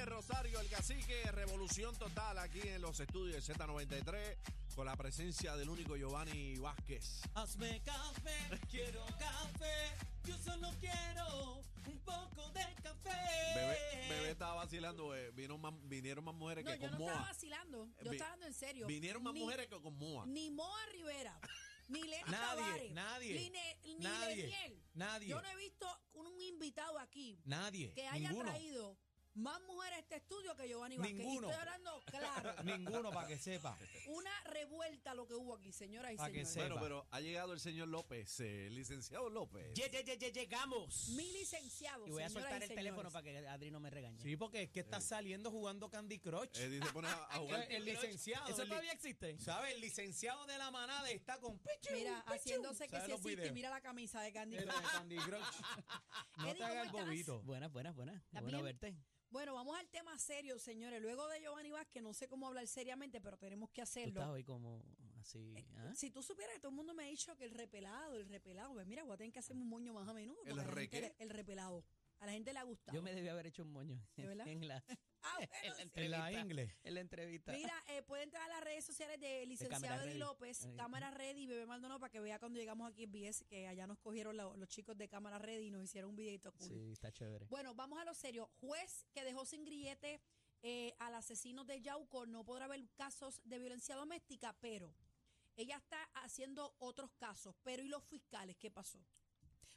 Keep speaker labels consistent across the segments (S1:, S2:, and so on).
S1: Este Confusión total aquí en los estudios de Z93 con la presencia del único Giovanni Vázquez.
S2: Hazme café, quiero café. Yo solo quiero un poco de café.
S1: Bebé, bebé estaba vacilando, eh, vino más- vinieron más mujeres
S3: No,
S1: que
S3: yo
S1: con
S3: no estaba
S1: Moa.
S3: vacilando.
S1: Vi-
S3: Yo estaba dando en serio.
S1: Vinieron más
S3: Ni-
S1: mujeres que con Moa.
S3: Ni Moa Rivera. Ni Lenny
S2: Nadie,
S3: Tavares,
S2: nadie,
S3: Ni, Ne- ni
S2: nadie,
S3: Leniel.
S2: nadie.
S3: Yo no he visto un, un invitado aquí
S2: Nadie.
S3: que haya
S2: ninguno.
S3: traído más mujeres a este estudio que Giovanni Vázquez. Y
S2: Ninguno.
S3: estoy hablando claro.
S2: Ninguno, para que sepa.
S3: Una revuelta lo que hubo aquí, señoras y
S2: Pa' que
S3: señores.
S2: sepa.
S1: Bueno, pero ha llegado el señor López, eh, licenciado López.
S4: Ye- ye- ye- ye- llegamos.
S3: Mi licenciado.
S4: y voy a
S3: señoras
S4: soltar
S3: y
S4: el
S3: señores.
S4: teléfono para que Adri no me regañe.
S2: Sí, porque es que está saliendo jugando Candy Crush.
S1: Eh, dice, pone a, a jugar.
S2: el licenciado. el
S4: ¿Eso
S2: li-
S4: todavía
S1: Eh.
S4: existe?
S2: ¿Sabes? El licenciado de la manada está con Pichu.
S3: Mira,
S2: Pichu.
S3: haciéndose que
S2: ¿Sabes
S3: sí
S2: los
S3: existe.
S2: videos?
S3: y Mira la camisa de eh, Candy
S2: Eso
S3: Crush.
S2: de Candy Crush. No
S3: Eddie,
S2: te hagas el
S3: ¿cómo estás?
S2: bobito.
S4: Buenas, buenas, buenas. Qué
S3: ¿Estás
S4: Bueno
S3: bien?
S4: verte.
S3: Bueno, vamos al tema serio, señores. Luego de Giovanni Vázquez, no sé cómo hablar seriamente, pero tenemos que
S4: Tú estás
S3: hacerlo.
S4: hoy como así. ¿ah?
S3: Si tú supieras que todo el mundo me ha dicho que el repelado, el repelado, pues mira, voy a tener que hacerme un moño más a menudo.
S1: ¿El
S3: porque a la
S1: re
S3: gente
S1: qué?
S3: le- El repelado. A la gente le ha gustado.
S4: Yo me debía haber hecho un moño.
S3: ¿De verdad?
S4: En la,
S3: Ah, bueno,
S4: en
S3: sí.
S2: En la ingle.
S4: En la entrevista.
S3: Mira, eh, pueden entrar a las redes sociales de licenciado
S4: Cámara
S3: Eddie
S4: Ready.
S3: López,
S4: Ahí.
S3: Cámara Ready y Bebé Maldonado para que vea cuando llegamos aquí en BS, que allá nos cogieron la- los chicos de Cámara Ready y nos hicieron un videito cool.
S4: Sí, está chévere.
S3: Bueno, vamos a lo serio. Juez que dejó sin grillete eh, al asesino de Yauco no podrá haber casos de violencia doméstica, pero ella está haciendo otros casos. Pero ¿y los fiscales? ¿Qué pasó?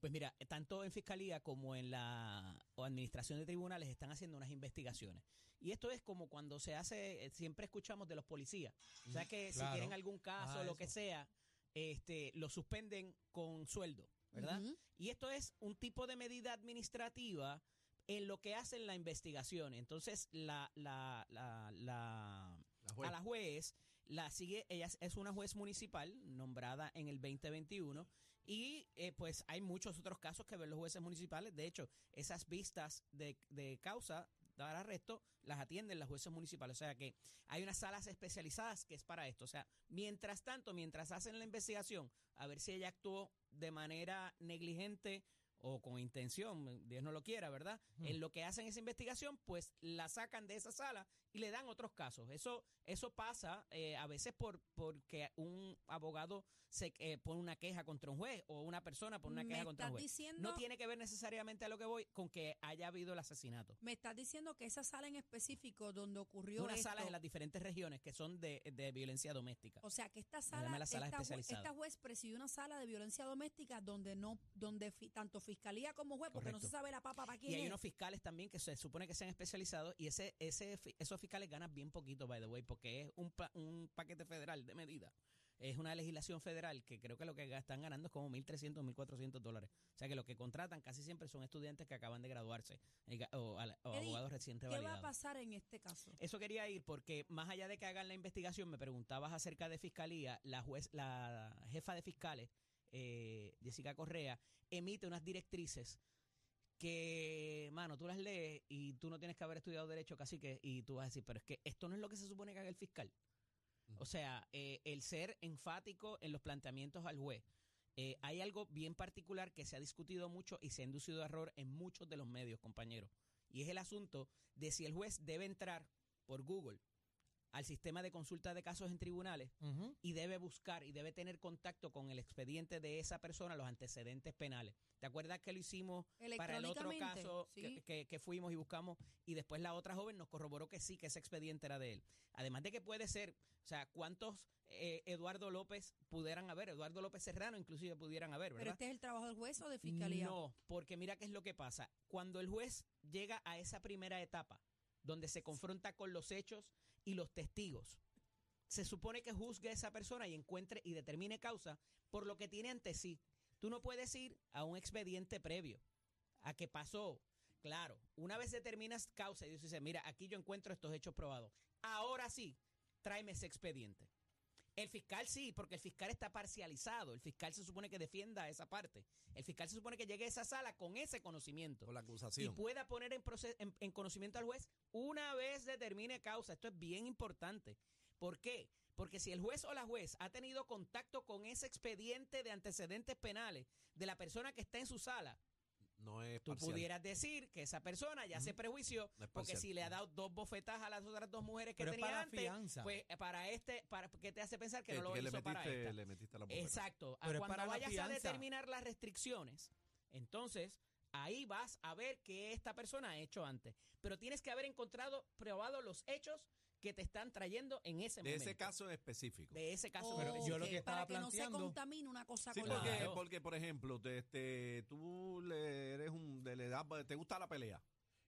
S4: Pues mira, tanto en fiscalía como en la o administración de tribunales están haciendo unas investigaciones. Y esto es como cuando se hace, eh, siempre escuchamos de los policías. O sea que
S2: claro.
S4: si tienen algún caso,
S2: Ah,
S4: lo
S2: eso.
S4: que sea, este, lo suspenden con sueldo, ¿verdad?
S3: Ujú.
S4: Y esto es un tipo de medida administrativa en lo que hacen la investigación. Entonces, la, la, la, la-
S1: La juez.
S4: a la juez la sigue, ella es una juez municipal nombrada en el 2021 y eh, pues hay muchos otros casos que ven los jueces municipales. De hecho, esas vistas de, de causa dar arresto las atienden las jueces municipales. O sea que hay unas salas especializadas que es para esto. O sea, mientras tanto, mientras hacen la investigación, a ver si ella actuó de manera negligente o con intención, Dios no lo quiera, ¿verdad?
S3: Hmm.
S4: En lo que hacen esa investigación, pues la sacan de esa sala y le dan otros casos. Eso eso pasa eh, a veces por porque un abogado se eh, pone una queja contra un juez o una persona pone una
S3: Me
S4: queja contra
S3: estás
S4: un juez.
S3: diciendo-
S4: No tiene que ver necesariamente a lo que voy con que haya habido el asesinato.
S3: Me estás diciendo que esa sala en específico donde ocurrió
S4: Unas
S3: esto,
S4: salas en las diferentes regiones que son de, de violencia doméstica.
S3: o sea que esta
S4: llama
S3: sala,
S4: la sala
S3: esta, ju-
S4: especializada.
S3: esta juez presidió una sala de violencia doméstica donde no, donde fi- tanto fiscalía como juez, porque no
S4: Correcto.
S3: se sabe la papa para quién
S4: Y hay
S3: es.
S4: unos fiscales también que se supone que sean especializados y ese, ese, fi- esos fiscales ganan bien poquito, by the way, porque es un, pa- un paquete federal de medida. Es una legislación federal que creo que lo que ga- están ganando es como 1.300, 1.400 dólares. O sea que lo que contratan casi siempre son estudiantes que acaban de graduarse eh, ga- o, ala- o
S3: Eddie,
S4: abogados recién
S3: ¿Qué va a
S4: revalidados.
S3: pasar en este caso?
S4: Eso quería ir porque más allá de que hagan la investigación, me preguntabas acerca de fiscalía, la juez, la jefa de fiscales, eh, Jessica Correa, emite unas directrices que, mano, tú las lees y tú no tienes que haber estudiado derecho casi que, y tú vas a decir, pero es que esto no es lo que se supone que haga el fiscal. O sea, eh, el ser enfático en los planteamientos al juez. Eh, hay algo bien particular que se ha discutido mucho y se ha inducido a error en muchos de los medios, compañeros. Y es el asunto de si el juez debe entrar por Google al sistema de consulta de casos en tribunales
S2: Ujú.
S4: y debe buscar y debe tener contacto con el expediente de esa persona, los antecedentes penales. ¿Te acuerdas que lo hicimos para el otro
S3: Electrónicamente,
S4: caso
S3: sí.
S4: que, que- que fuimos y buscamos y después la otra joven nos corroboró que sí, que ese expediente era de él? Además de que puede ser, o sea, cuántos eh, Eduardo López pudieran haber, Eduardo López Serrano inclusive pudieran haber,
S3: Pero
S4: ¿verdad?
S3: este es el trabajo del juez o de fiscalía.
S4: No, porque mira qué es lo que pasa. Cuando el juez llega a esa primera etapa, donde se confronta con los hechos y los testigos, se supone que juzgue a esa persona y encuentre y determine causa por lo que tiene ante sí. Tú no puedes ir a un expediente previo a que pasó. Claro, una vez determinas causa y Dios dice, mira, aquí yo encuentro estos hechos probados. Ahora sí, tráeme ese expediente. El fiscal sí, porque el fiscal está parcializado. El fiscal se supone que defienda esa parte. El fiscal se supone que llegue a esa sala con ese conocimiento
S1: Con la
S4: y
S1: acusación.
S4: pueda poner en, proce- en- en conocimiento al juez una vez determine causa. Esto es bien importante. ¿Por qué? Porque si el juez o la juez ha tenido contacto con ese expediente de antecedentes penales de la persona que está en su sala,
S1: no es
S4: Tú
S1: parcial.
S4: pudieras decir que esa persona ya se
S1: Ujú.
S4: prejuició
S1: No es
S4: porque
S1: parcial.
S4: si le ha dado dos bofetadas a las otras dos mujeres que
S5: Pero es
S4: tenía
S5: para
S4: antes,
S5: fianza.
S4: pues eh, para este, para, ¿qué te hace pensar que, no lo
S1: que
S4: hizo
S1: le
S4: para
S1: metiste,
S4: esta?
S1: le metiste la boca.
S4: Exacto. A
S5: Pero es
S4: cuando
S5: para la
S4: vayas a
S5: fianza.
S4: determinar las restricciones, entonces ahí vas a ver qué esta persona ha hecho antes. Pero tienes que haber encontrado, probado los hechos que te están trayendo en ese
S1: De
S4: momento.
S1: ese caso en específico.
S4: De ese caso.
S5: Pero
S4: en
S5: yo lo
S3: Ok,
S5: que estaba
S3: para que
S5: planteando-
S3: no se contamine una cosa
S1: Sí,
S3: con
S1: porque,
S3: la otra.
S4: Claro.
S1: porque, por ejemplo, te, este, tú le eres un, de le das- te gusta la pelea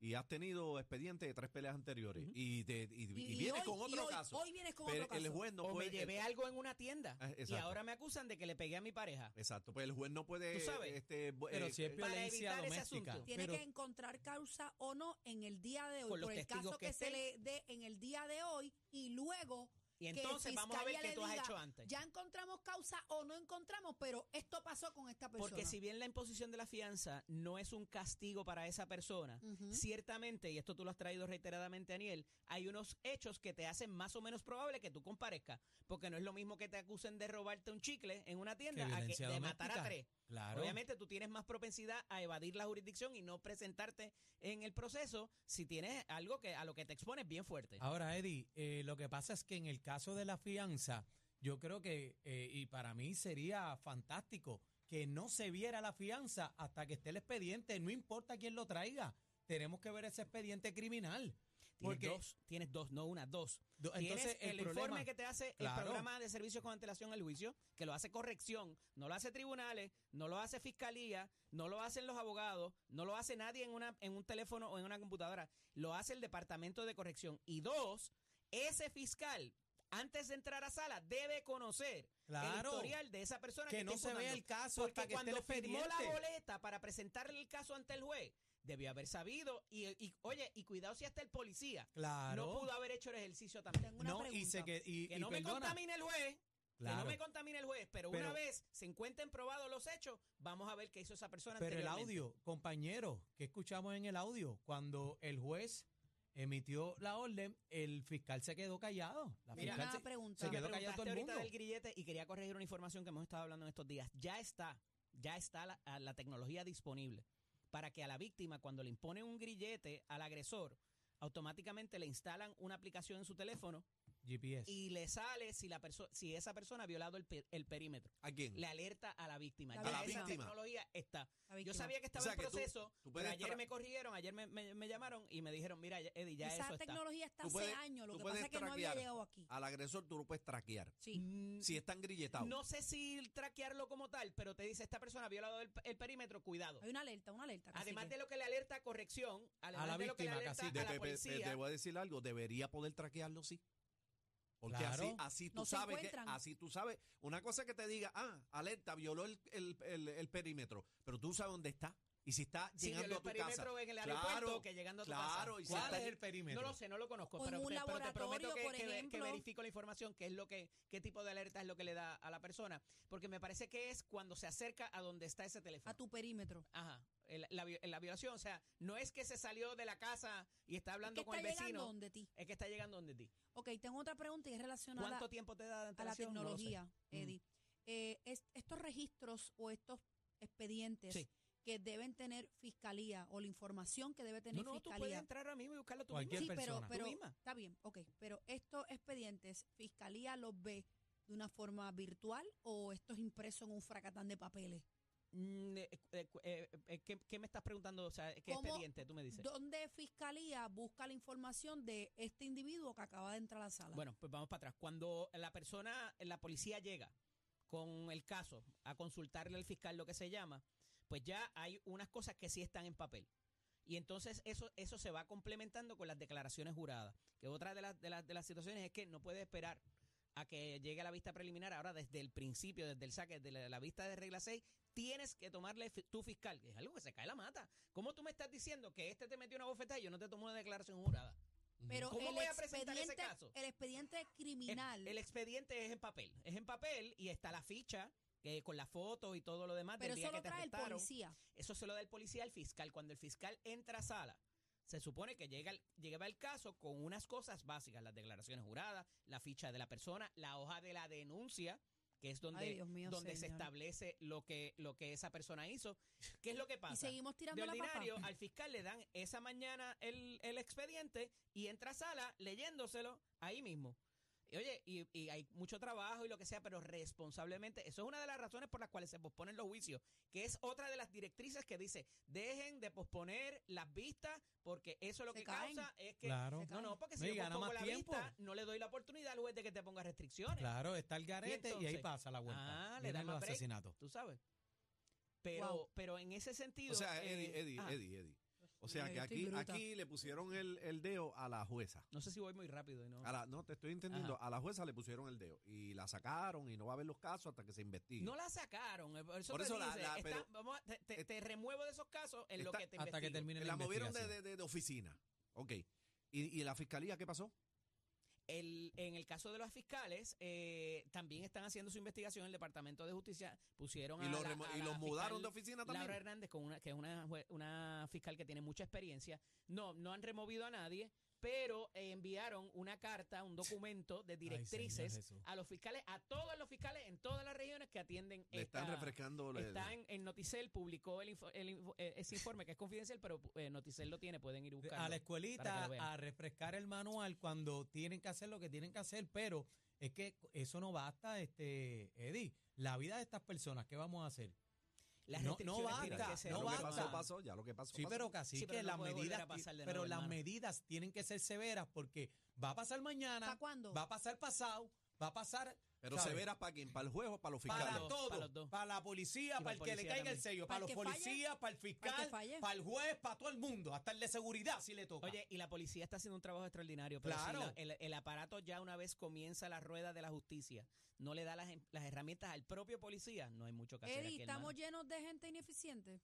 S1: y has tenido expediente de tres peleas anteriores
S4: Ujú.
S1: y, te, y, y vienes
S3: hoy-
S1: con
S3: y
S1: otro
S3: hoy-
S1: caso.
S3: Hoy vienes con
S1: pero
S3: otro caso.
S1: el juez no
S4: o
S1: puede. eh,
S4: me llevé
S1: el-
S4: algo en una tienda
S1: Ah,
S4: y
S1: exacto.
S4: ahora me acusan de que le pegué a mi pareja.
S1: exacto, pues el juez no puede.
S4: Tú sabes.
S1: Este, bu-
S5: Pero
S1: eh,
S5: si es
S1: eh,
S4: para
S5: violencia
S4: evitar ese
S5: doméstica.
S4: asunto.
S3: Tiene
S5: Pero
S3: que encontrar causa o no en el día de
S4: Con
S3: hoy,
S4: los
S3: por el
S4: testigos
S3: caso
S4: que
S3: que, se
S4: estén.
S3: le dé en el día de hoy y luego
S4: Y
S3: Que
S4: entonces vamos a ver
S3: fiscalía
S4: qué
S3: le
S4: tú has
S3: diga,
S4: hecho antes.
S3: ya encontramos causa o no encontramos, pero esto pasó con esta persona.
S4: Porque si bien la imposición de la fianza no es un castigo para esa persona,
S3: Ujú.
S4: Ciertamente, y esto tú lo has traído reiteradamente, Daniel, hay unos hechos que te hacen más o menos probable que tú comparezcas, porque no es lo mismo que te acusen de robarte un chicle en una tienda a que
S5: violencia
S4: de matar a
S5: doméstica.
S4: tres.
S5: claro.
S4: Obviamente tú tienes más propensidad a evadir la jurisdicción y no presentarte en el proceso si tienes algo que a lo que te expones bien fuerte.
S5: Ahora, Eddie, eh, lo que pasa es que en el caso de la fianza, yo creo que, eh, y para mí sería fantástico, que no se viera la fianza hasta que esté el expediente, no importa quién lo traiga. Tenemos que ver ese expediente criminal.
S4: Tienes
S5: Porque
S4: dos, tienes dos, no una, dos.
S5: do- entonces
S4: Tienes el, informe que te hace
S5: Claro.
S4: el programa de servicios con antelación al juicio, que lo hace corrección, no lo hace tribunales, no lo hace fiscalía, no lo hacen los abogados, no lo hace nadie en, una, en un teléfono o en una computadora, lo hace el departamento de corrección. Y dos, ese fiscal, antes de entrar a sala, debe conocer el
S5: Claro.
S4: historial de esa persona que,
S5: que no
S4: está
S5: se vea
S4: imputando.
S5: el caso
S4: Porque
S5: hasta que esté el
S4: cuando firmó
S5: expediente.
S4: la boleta para presentarle el caso ante el juez, debió haber sabido. Y, y- oye, y cuidado si hasta el policía
S5: claro.
S4: no pudo haber hecho el ejercicio también.
S3: Tengo una
S5: No, y
S3: pregunta.
S5: se que, y,
S4: Que
S5: y
S4: no me
S5: perdona,
S4: contamine el juez. Que no
S5: claro.
S4: me contamine el juez, pero, una
S5: Pero-
S4: vez se encuentren probados los hechos, vamos a ver qué hizo esa persona.
S5: Pero el
S4: anteriormente.
S5: audio, compañero, ¿qué escuchamos en el audio? Cuando el juez emitió la orden, el fiscal se quedó callado. La
S3: Tengo
S4: Mira,
S5: fiscal
S3: una
S5: se-
S3: pregunta.
S5: se quedó-
S4: Preguntaste
S5: callado todo el
S4: ahorita
S5: mundo.
S4: del grillete y quería corregir una información que hemos estado hablando en estos días. Ya está, ya está la, a la tecnología disponible para que a la víctima, cuando le imponen un grillete al agresor, automáticamente le instalan una aplicación en su teléfono
S5: GPS.
S4: y le sale si, la perso- si esa persona ha violado el, pe- el perímetro.
S1: eh, ¿A quién?
S4: Le alerta a la víctima.
S3: La
S4: ya
S3: víctima.
S4: esa tecnología está.
S3: La
S4: Yo
S3: víctima.
S4: sabía que estaba
S1: O sea,
S4: en
S1: que tú-
S4: proceso,
S1: tú
S4: pero
S1: puedes
S4: ayer
S1: tra-
S4: me corrigieron, ayer me, me- me llamaron y me dijeron, mira, ya- Eddie, ya
S3: Esa
S4: eso está. Ah,
S3: tecnología está
S1: Tú
S3: hace
S1: puedes-
S3: años, lo
S1: tú
S3: que pasa
S1: puedes
S3: es que no había
S1: traquear.
S3: llegado aquí.
S1: Al agresor tú lo puedes traquear.
S3: Sí.
S4: Mm,
S1: Si están grilletados.
S4: No sé si traquearlo como tal, pero te dice, esta persona ha violado el, el perímetro, cuidado.
S3: Hay una alerta, una alerta.
S4: Además
S3: cacique.
S4: de lo que le alerta a corrección, además
S5: A la
S4: de lo que le
S5: víctima,
S4: alerta
S5: cacique.
S4: a
S1: De-
S4: la
S1: pe- pe- te,
S4: policía,
S1: voy a decir algo, debería poder traquearlo, sí. Porque
S5: Claro.
S1: así, así tú
S3: No se
S1: sabes que,
S3: encuentran.
S1: así tú sabes, una cosa es que te diga, ah, alerta, violó el, el- el- el perímetro, pero tú sabes dónde está. Y si está
S4: si
S1: llegando
S4: violó
S1: a
S4: el
S1: tu casa.
S4: perímetro en el
S1: Claro,
S4: aeropuerto, que llegando a tu
S1: Claro,
S4: casa.
S1: y si
S5: ¿Cuál
S1: está-
S5: es el perímetro?
S4: No lo sé, no lo conozco,
S3: O en
S4: pero,
S3: un
S4: te, pero te prometo
S3: laboratorio,
S4: que,
S3: por
S4: que ve- que
S3: ejemplo.
S4: verifico la información, que es lo que, qué tipo de alerta es lo que le da a la persona, porque me parece que es cuando se acerca a donde está ese teléfono.
S3: a tu perímetro.
S4: Ajá, el- la, vi- la violación, o sea, no es que se salió de la casa y
S3: Es
S4: está
S3: que
S4: hablando
S3: está
S4: con el
S3: llegando
S4: vecino,
S3: donde ti.
S4: es que está llegando donde ti.
S3: Ok, tengo otra pregunta y es relacionada
S4: ¿Cuánto tiempo te da de
S3: a la
S4: antelación? No lo sé.
S3: tecnología,
S4: Mm.
S3: Eddie. Eh, es- estos registros o estos expedientes
S4: Sí.
S3: que deben tener fiscalía o la información que debe
S4: No,
S3: tener
S4: no, tú puedes
S3: fiscalía.
S4: entrar ahora mismo y buscarlo tú
S5: Cualquier
S4: mismo.
S3: sí, pero,
S5: persona.
S3: pero
S4: Tú misma.
S3: está bien, ok. Pero estos expedientes, fiscalía los ve de una forma virtual o esto es impreso en un fracatán de papeles.
S4: Mm, eh, eh, eh, eh, ¿qué, qué me estás preguntando? O sea, ¿qué
S3: ¿Cómo
S4: expediente tú me dices?
S3: ¿Dónde fiscalía busca la información de este individuo que acaba de entrar a la sala?
S4: Bueno, pues vamos para atrás. Cuando la persona, la policía llega con el caso a consultarle al fiscal lo que se llama, pues ya hay unas cosas que sí están en papel. Y entonces eso, eso se va complementando con las declaraciones juradas. Que otra de las, de, las, de las situaciones es que no puede esperar a que llegue a la vista preliminar. Ahora, desde el principio, desde el saque, desde la, la vista de regla 6, tienes que tomarle fi- tu fiscal. que Es algo que se cae la mata. ¿Cómo tú me estás diciendo que este te metió una bofetada y yo no te tomo una declaración jurada?
S3: pero
S4: ¿cómo
S3: el
S4: voy a presentar ese
S3: expediente,
S4: caso?
S3: el expediente
S4: El-
S3: criminal.
S4: El, expediente es en papel. Es en papel y está la ficha eh, con la foto y todo lo demás
S3: pero
S4: del día
S3: eso
S4: que
S3: lo
S4: te
S3: trae el
S4: arrestaron.
S3: policía.
S4: Eso se lo da el policía al fiscal. Cuando el fiscal entra a sala, se supone que llega, el- lleva el caso con unas cosas básicas, las declaraciones juradas, la ficha de la persona, la hoja de la denuncia, que es donde,
S3: Ay, Dios mío,
S4: donde se
S3: señor.
S4: establece lo que, lo que esa persona hizo. ¿Qué es lo que
S3: Y
S4: pasa?
S3: seguimos tirando
S4: De
S3: la papa.
S4: ordinario, al fiscal le dan esa mañana el, el expediente y entra a sala leyéndoselo ahí mismo. Y oye, y, y hay mucho trabajo y lo que sea, pero responsablemente, eso es una de las razones por las cuales se posponen los juicios, que es otra de las directrices que dice, dejen de posponer las vistas porque eso lo
S3: Se
S4: que
S3: caen.
S4: causa es que...
S5: Claro,
S4: No, no, porque si
S5: No, y
S4: yo
S5: gana
S4: pospongo
S5: más
S4: la
S5: tiempo.
S4: vista, no le doy la oportunidad al juez de que te ponga restricciones.
S5: claro, está el
S4: Y
S5: garete y, ahí
S4: entonces-
S5: pasa la vuelta.
S4: Ah, le
S5: Vienen
S4: dan más
S5: los
S4: break.
S5: asesinatos.
S4: tú sabes. Pero,
S3: Wow.
S4: pero en ese sentido.
S1: O sea,
S4: eh,
S1: Eddie, Eddie,
S4: ajá.
S1: Eddie, Eddie. O sea,
S3: Mira,
S1: que
S3: yo estoy
S1: aquí,
S3: bruta.
S1: aquí le pusieron el, el dedo a la jueza.
S4: No sé si voy muy rápido. y No,
S1: A la- no, te estoy entendiendo. A la jueza le pusieron el dedo y la sacaron y no va a haber los casos hasta que se investigue.
S4: no la sacaron. eh, Por eso,
S1: Por
S4: te
S1: eso la-
S4: dice,
S1: la-
S4: está-
S1: pero-
S4: vamos a- te, te-
S1: es-
S4: te remuevo de esos casos en lo
S1: Está-
S4: que te
S5: Hasta que
S4: investigo.
S5: termine la,
S1: Eh, la movieron de,
S5: investigación.
S1: de- de oficina. Ok. ¿Y, ¿Y la fiscalía qué pasó?
S4: El- en el caso de los fiscales, eh, también están haciendo su investigación. El Departamento de Justicia pusieron
S1: ¿Y,
S4: a
S1: los
S4: la-
S1: remo-
S4: a
S1: y
S4: la
S1: los mudaron de
S4: fiscal
S1: oficina también?
S4: Laura Hernández, con una, que es una, jue- una fiscal que tiene mucha experiencia, no, no han removido a nadie, pero eh, enviaron una carta, un documento de
S5: Ay, Señor
S4: directrices
S5: Jesús.
S4: a los fiscales, a todos los fiscales en todas las regiones que atienden
S1: le están
S4: esta-
S1: refrescando. la-
S4: Está en, en Noticel, publicó el info- el info- eh, ese informe que es confidencial, pero eh, Noticel lo tiene, pueden ir a
S5: De- a la
S4: buscarlo. para
S5: escuelita
S4: que lo vean.
S5: a refrescar el manual cuando tienen que hacer lo que tienen que hacer, pero es que eso no basta, este Eddie. La vida de estas personas, ¿qué vamos a hacer?
S4: Las
S5: No- no
S4: restricciones
S5: basta,
S4: tienen que
S1: ya
S4: ser-
S5: no
S1: lo que pasó,
S5: basta.
S1: pasó, ya lo que pasó.
S5: Sí,
S1: pasó.
S5: pero casi
S4: Sí, pero
S5: que
S4: no
S5: las
S4: puede volver a
S5: medidas, ti-
S4: pasar de
S5: pero
S4: nuevo,
S5: las
S4: hermano.
S5: medidas tienen que ser severas porque va a pasar
S3: ¿Hasta
S5: mañana,
S3: cuándo?
S5: va a pasar pasado, va a pasar
S1: Pero
S5: ¿sabe?
S1: severa para quién, para el juez o para los
S5: para
S1: fiscales.
S4: los-
S5: todo,
S4: para
S5: para,
S4: los dos.
S5: la policía,
S4: Y
S5: para
S4: para
S5: el
S4: el
S5: que le
S4: policía
S5: caiga el
S4: también.
S5: sello,
S3: Para
S5: para,
S3: el
S5: los
S3: que falle,
S5: policías, para el
S3: para el
S5: fiscal,
S3: que falle.
S5: para el juez, para todo el mundo, hasta el de seguridad si le toca.
S4: Oye, y la policía está haciendo un trabajo extraordinario. Pero si
S5: Claro.
S4: la- el, el aparato ya una vez comienza la rueda de la justicia, no le da las, em- las herramientas al propio policía, no hay mucho que hacer.
S3: Eddie,
S4: aquí,
S3: estamos
S4: hermano.
S3: llenos de gente ineficiente. eh,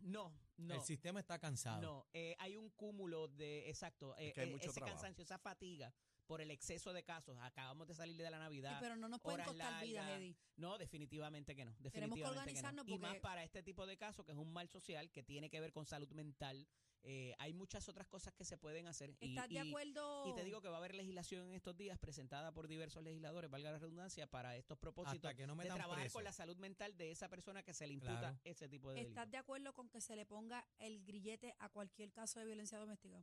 S4: No, no.
S5: el sistema está cansado.
S4: No, eh, hay un cúmulo de, exacto, eh,
S1: que hay
S4: eh,
S1: mucho
S4: ese
S1: trabajo.
S4: cansancio, esa fatiga por el exceso de casos. Acabamos de salir de la
S3: Sí,
S4: Navidad.
S3: pero no nos pueden
S4: horas
S3: costar vidas,
S4: largas,
S3: Eddie.
S4: No, definitivamente que no.
S3: Tenemos que
S4: definitivamente no.
S3: organizarnos
S4: Y más
S3: porque-
S4: para este tipo de casos, que es un mal social, que tiene que ver con salud mental. Eh, hay muchas otras cosas que se pueden hacer. Y-
S3: ¿Estás
S4: y-
S3: de acuerdo?
S4: y te digo que va a haber legislación en estos días presentada por diversos legisladores, valga la redundancia, para estos propósitos
S5: hasta que no
S4: de
S5: metan
S4: trabajar
S5: preso.
S4: con la salud mental de esa persona que se le imputa
S5: Claro.
S4: ese tipo de delito.
S3: ¿Estás de acuerdo con que se le ponga el grillete a cualquier caso de violencia doméstica?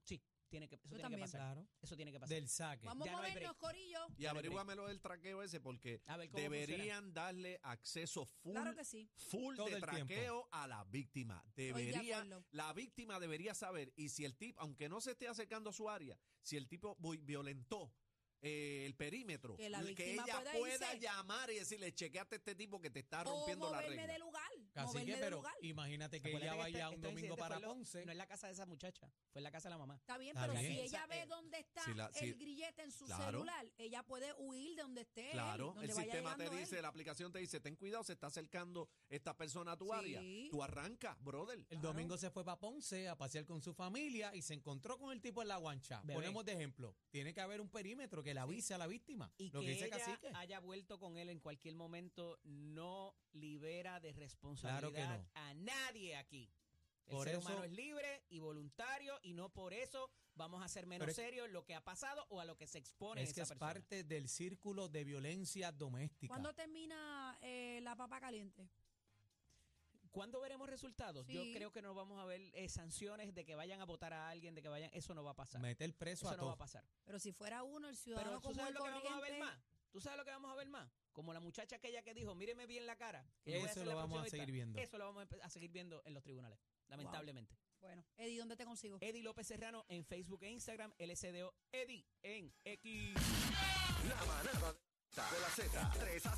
S4: Tiene que, eso
S3: Yo
S4: tiene
S3: también.
S4: que pasar.
S5: Claro,
S4: Eso tiene que pasar.
S5: del saque.
S3: Vamos
S4: Ya
S3: a
S4: no hay
S3: movernos,
S4: break.
S3: Corillo.
S1: Y averíguamelo del traqueo ese porque
S4: A ver cómo funciona.
S1: deberían darle acceso full,
S3: Claro que sí.
S1: full
S5: Todo
S1: de
S5: el tiempo.
S1: traqueo a la víctima.
S3: Estoy de
S1: Debería,
S3: acuerdo.
S1: la víctima debería saber y si el tipo, aunque no se esté acercando a su área, si el tipo vi- violentó eh, el perímetro,
S3: Que la víctima
S1: ella
S3: pueda irse.
S1: llamar y decirle, chequeate a este tipo que te está
S3: O
S1: rompiendo la
S3: moverme
S1: regla.
S3: de lugar.
S5: Así
S3: moverme
S5: que,
S3: de
S5: pero
S3: lugar.
S5: imagínate que
S4: Acuérdate
S5: ella
S4: que este-
S5: vaya un
S4: este
S5: domingo
S4: incidente
S5: para
S4: fue lo-
S5: Ponce.
S4: No es la casa de esa muchacha, fue en la casa de la mamá.
S3: Está bien,
S5: Está
S3: pero
S5: bien.
S3: si ella
S4: Esa-
S3: ve
S4: eh,
S3: dónde está
S1: si la- si-
S3: el grillete en su
S1: Claro.
S3: celular, ella puede huir de donde esté. él,
S1: Claro,
S3: donde
S1: el
S3: vaya
S1: sistema te
S3: llegando
S1: dice,
S3: él.
S1: la aplicación te dice, ten cuidado, se está acercando esta persona a tu
S3: Sí.
S1: área. Tú arrancas, brother.
S5: El
S3: Claro.
S5: domingo se fue para Ponce a pasear con su familia y se encontró con el tipo en la guancha.
S4: Bebé.
S5: Ponemos de ejemplo, tiene que haber un perímetro que le avise a la víctima.
S4: Y
S5: lo
S4: que,
S5: que, dice
S4: ella
S5: Cacique.
S4: haya vuelto con él en cualquier momento no libera de responsabilidad
S5: no.
S4: a nadie aquí. El
S5: Por
S4: ser
S5: eso-
S4: humano es libre y voluntario y no por eso vamos a ser menos
S5: es-
S4: serios en lo que ha pasado o a lo que se expone
S5: Es
S4: esa
S5: que es
S4: persona.
S5: parte del círculo de violencia doméstica.
S3: ¿Cuándo termina eh, la papa caliente?
S4: ¿Cuándo veremos resultados? Yo
S3: Sí.
S4: creo que no vamos a ver eh, sanciones de que vayan a votar a alguien, de que vayan, eso no va a pasar.
S5: Meter preso
S4: eso
S5: a
S4: no va a
S5: todos.
S4: pasar.
S3: Pero si fuera uno, el ciudadano
S4: Pero tú
S3: común
S4: sabes
S3: y
S4: lo que vamos a ver
S3: corriente,
S4: más. Tú sabes lo que vamos a ver más. Como la muchacha aquella que dijo, míreme bien la cara. Que yo voy
S5: Eso
S4: hacer
S5: lo
S4: la
S5: vamos
S4: próxima
S5: a
S4: vista".
S5: seguir viendo.
S4: Eso lo vamos a empe- a seguir viendo en los tribunales, lamentablemente.
S3: Bueno, Eddie, ¿dónde te consigo?
S4: Eddie López Serrano en Facebook e Instagram, LSDO Eddie en X.
S6: La manada.